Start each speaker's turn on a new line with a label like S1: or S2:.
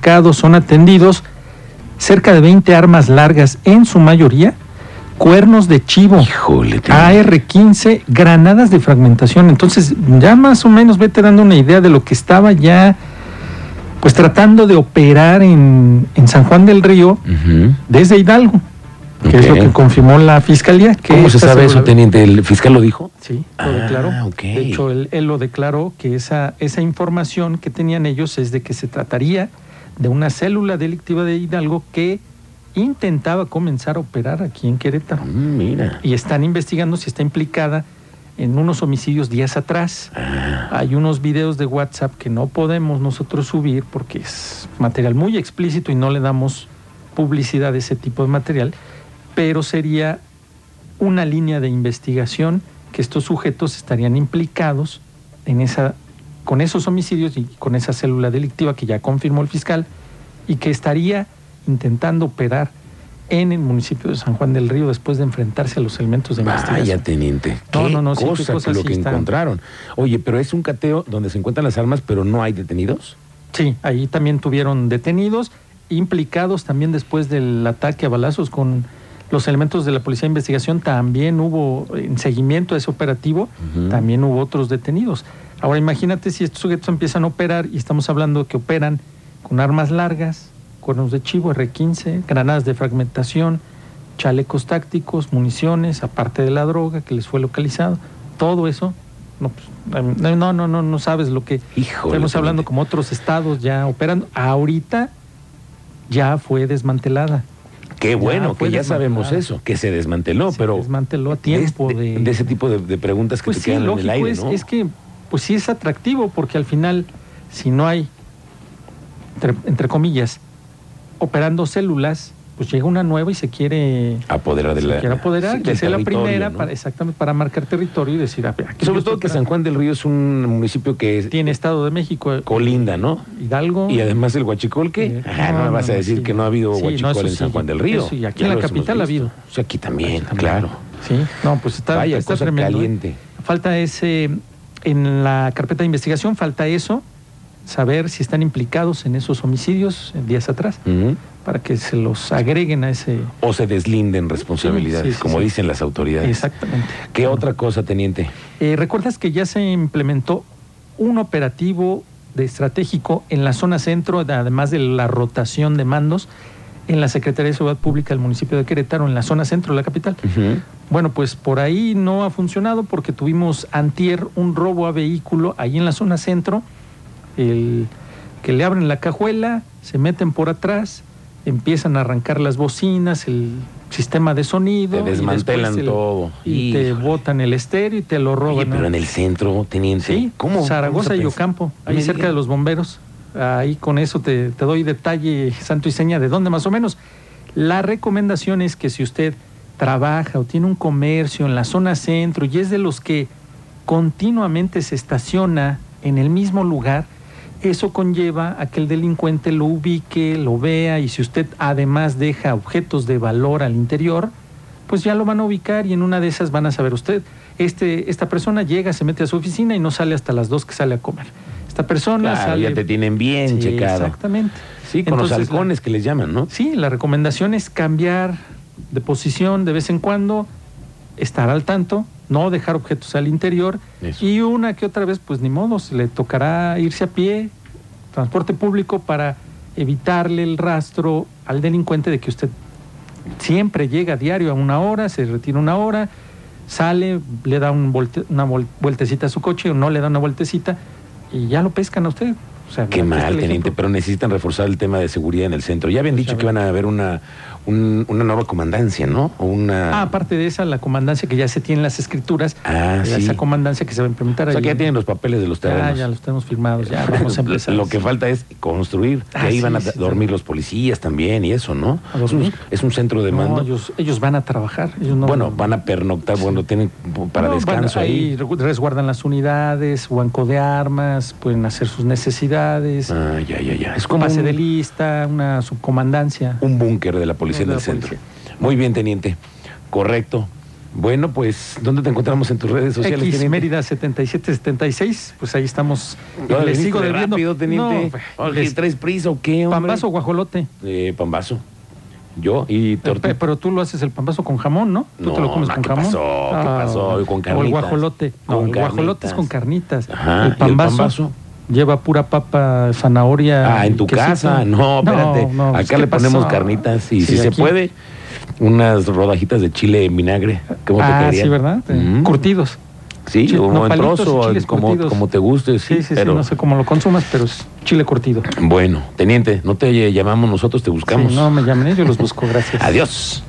S1: cercados son atendidos cerca de 20 armas largas, en su mayoría cuernos de chivo,
S2: Híjole, te-
S1: Ah, AR-15, granadas de fragmentación. Entonces, ya más o menos vete dando una idea de lo que estaba ya, pues tratando de operar en, en San Juan del Río
S2: Ujú.
S1: desde Hidalgo, que es lo
S2: Ok.
S1: que confirmó la fiscalía. Que
S2: ¿Cómo se
S1: esta
S2: sabe eso,
S1: asegura-
S2: teniente? ¿El fiscal lo dijo?
S1: Sí,
S2: Ah,
S1: lo declaró.
S2: ok.
S1: De hecho, él, él lo declaró que esa, esa información que tenían ellos es de que se trataría de una célula delictiva de Hidalgo que intentaba comenzar a operar aquí en Querétaro.
S2: Mm, mira.
S1: Y están investigando si está implicada en unos homicidios días atrás.
S2: Ah,
S1: Hay unos videos de WhatsApp que no podemos nosotros subir porque es material muy explícito y no le damos publicidad a ese tipo de material, pero sería una línea de investigación que estos sujetos estarían implicados en esa con esos homicidios y con esa célula delictiva que ya confirmó el fiscal y que estaría intentando operar en el municipio de San Juan del Río después de enfrentarse a los elementos de
S2: Vaya,
S1: investigación.
S2: teniente.
S1: pues, No,
S2: Qué
S1: no, no, sí, qué
S2: cosa,
S1: cosa
S2: lo
S1: sí
S2: que
S1: está.
S2: encontraron. Oye, pero es un cateo donde se encuentran las armas, pero no hay detenidos.
S1: Sí, ahí también tuvieron detenidos, implicados también después del ataque a balazos con los elementos de la Policía de Investigación, también hubo eh, en seguimiento a ese operativo,
S2: Ujú.
S1: también hubo otros detenidos. Ahora imagínate si estos sujetos empiezan a operar, y estamos hablando que operan con armas largas, cuernos de chivo, R-15, granadas de fragmentación, chalecos tácticos, municiones, aparte de la droga que les fue localizado, todo eso, no, pues, no, no, no, no sabes lo que...
S2: Híjole.
S1: Estamos hablando
S2: teniente.
S1: como otros estados ya operando. Ahorita ya fue desmantelada.
S2: Qué bueno,
S1: fue
S2: que ya
S1: desmantelado.
S2: sabemos eso, que se desmanteló,
S1: Se
S2: pero.
S1: desmanteló a
S2: de- este,
S1: tiempo de.
S2: de ese tipo de, de preguntas que
S1: pues
S2: te
S1: sí,
S2: quedan
S1: lógico.
S2: en el aire,
S1: es,
S2: ¿no?
S1: es que, pues sí es atractivo, porque al final, si no hay, entre, entre comillas, operando células, pues llega una nueva y se quiere.
S2: Apoderar de
S1: se
S2: la.
S1: quiere apoderar,
S2: sí,
S1: que
S2: del
S1: sea la
S2: territorio,
S1: primera,
S2: ¿no?
S1: para, exactamente, para marcar territorio y decir, a ver, aquí yo
S2: Sobre
S1: estoy
S2: todo que San
S1: operando.
S2: Juan del Río es un municipio que es-
S1: tiene Estado de México, eh,
S2: colinda, ¿no?
S1: Hidalgo.
S2: Y además el huachicolque.
S1: Eh,
S2: Ah, no,
S1: no,
S2: me vas
S1: no,
S2: a
S1: no,
S2: decir
S1: sí.
S2: que no ha habido
S1: Sí, no,
S2: huachicol
S1: eso
S2: en San
S1: sí,
S2: Juan del Río.
S1: eso, y aquí
S2: Ya
S1: en la
S2: los hemos
S1: capital ha
S2: visto.
S1: habido.
S2: Sí, aquí también,
S1: También.
S2: claro.
S1: Sí, no, pues está,
S2: Vaya
S1: está
S2: cosa
S1: tremendo. ¿eh?
S2: caliente.
S1: Falta ese, en la carpeta de investigación, falta eso, saber si están implicados en esos homicidios eh, días atrás,
S2: Ujú.
S1: para que se los agreguen a ese...
S2: O se deslinden responsabilidades,
S1: Sí, sí, sí,
S2: como
S1: sí.
S2: dicen las autoridades.
S1: Exactamente.
S2: ¿Qué otra cosa, teniente?
S1: Eh, ¿Recuerdas que ya se implementó un operativo de estratégico en la zona centro, de- además de la rotación de mandos, en la Secretaría de Seguridad Pública del municipio de Querétaro, en la zona centro de la capital?
S2: Ujú.
S1: Bueno, pues por ahí no ha funcionado porque tuvimos antier un robo a vehículo ahí en la zona centro, el, que le abren la cajuela, se meten por atrás, empiezan a arrancar las bocinas, el sistema de sonido.
S2: Te
S1: y después
S2: desmantelan todo.
S1: Y te
S2: Híjole.
S1: botan el estéreo y te lo roban.
S2: Oye,
S1: ¿no?
S2: pero en el centro, teniente.
S1: Sí,
S2: ¿Cómo?
S1: Zaragoza y
S2: ¿Cómo se piensa?
S1: Ocampo,
S2: No me
S1: ahí cerca
S2: digas.
S1: de los bomberos. Ahí con eso te, te doy detalle, santo y seña, de dónde más o menos. La recomendación es que si usted trabaja o tiene un comercio en la zona centro y es de los que continuamente se estaciona en el mismo lugar, eso conlleva a que el delincuente lo ubique, lo vea y si usted además deja objetos de valor al interior, pues ya lo van a ubicar y en una de esas van a saber usted, este, esta persona llega, se mete a su oficina y no sale hasta las dos que sale a comer. Esta persona
S2: Claro,
S1: sale...
S2: ya te tienen bien
S1: Sí,
S2: checado.
S1: Exactamente.
S2: Sí, con los
S1: Entonces, la-
S2: halcones que les llaman, ¿no?
S1: Sí, la recomendación es cambiar de posición de vez en cuando, estar al tanto, no dejar objetos al interior
S2: Eso.
S1: y una que otra vez, pues ni modo, se le tocará irse a pie, transporte público para evitarle el rastro al delincuente de que usted siempre llega a diario a una hora, se retira una hora, sale, le da un volte- una vol- vueltecita a su coche o no le da una vueltecita y ya lo pescan a usted. O sea, aquí
S2: Qué
S1: está
S2: mal,
S1: el
S2: teniente,
S1: ejemplo.
S2: pero necesitan reforzar el tema de seguridad en el centro. Ya habían dicho que van a haber una, un- una nueva comandancia, ¿no? O una...
S1: Ah, aparte de esa, la comandancia que ya se tiene en las escrituras,
S2: Ah,
S1: eh,
S2: sí.
S1: esa comandancia que se va a implementar.
S2: o sea,
S1: ahí.
S2: que ya tienen los papeles de los
S1: Ya,
S2: terrenos.
S1: ya los tenemos firmados, ya vamos a empezar.
S2: Lo que falta es construir. que
S1: Ah,
S2: ahí van
S1: sí,
S2: a
S1: sí,
S2: dormir
S1: sí.
S2: los policías también y eso, ¿no?
S1: ¿A
S2: Es un,
S1: dormir?
S2: es un centro de
S1: No,
S2: mando.
S1: ellos, ellos van a trabajar. ellos no-
S2: bueno, van a pernoctar, bueno, tienen para
S1: No, van-
S2: descanso
S1: ahí.
S2: ahí.
S1: regu- Resguardan las unidades, banco de armas, pueden hacer sus necesidades.
S2: Ah, ya, ya, ya. Es como
S1: pase de
S2: un,
S1: lista, una subcomandancia.
S2: un búnker de la policía
S1: De
S2: en
S1: la
S2: el centro.
S1: policía.
S2: Muy bien, teniente. Correcto. Bueno, pues, ¿dónde te encontramos en tus redes sociales?
S1: X
S2: teniente?
S1: Mérida 7776, pues ahí estamos.
S2: No,
S1: Le sigo
S2: de
S1: debiendo.
S2: rápido, teniente.
S1: No,
S2: Oye,
S1: les-
S2: ¿traes prisa o qué, hombre?
S1: pambazo o guajolote.
S2: Eh, pambazo. Yo y
S1: Pe-
S2: torta.
S1: Pero tú lo haces el pambazo con jamón, ¿no? Tú te lo
S2: No,
S1: comes
S2: ma,
S1: con
S2: ¿qué
S1: jamón. Ah,
S2: pasó? ¿Qué pasó? Y con
S1: O el
S2: carnitas.
S1: guajolote. No,
S2: Con
S1: el guajolote
S2: carnitas.
S1: es con carnitas.
S2: Ajá, ¿y
S1: el,
S2: el
S1: pambazo
S2: pambazo?
S1: lleva pura papa, zanahoria.
S2: Ah, en tu
S1: quesito.
S2: casa. No, espérate.
S1: no, pues,
S2: Acá
S1: ¿qué
S2: le ponemos
S1: pasó?
S2: carnitas y
S1: Sí,
S2: si se
S1: aquí-
S2: puede, unas rodajitas de chile en vinagre. ¿Cómo te
S1: Ah,
S2: quedarían?
S1: sí, ¿verdad?
S2: Mm.
S1: Curtidos.
S2: Sí,
S1: Chile-
S2: como en
S1: nopalitos y
S2: trozo,
S1: chiles
S2: como,
S1: curtidos.
S2: como te guste, Pues sí,
S1: Sí, sí, sí,
S2: pero...
S1: no sé cómo lo consumas, pero es chile curtido.
S2: Bueno, teniente, no te eh, llamamos nosotros, te buscamos.
S1: Sí, no me llamen, yo los busco, gracias.
S2: Adiós.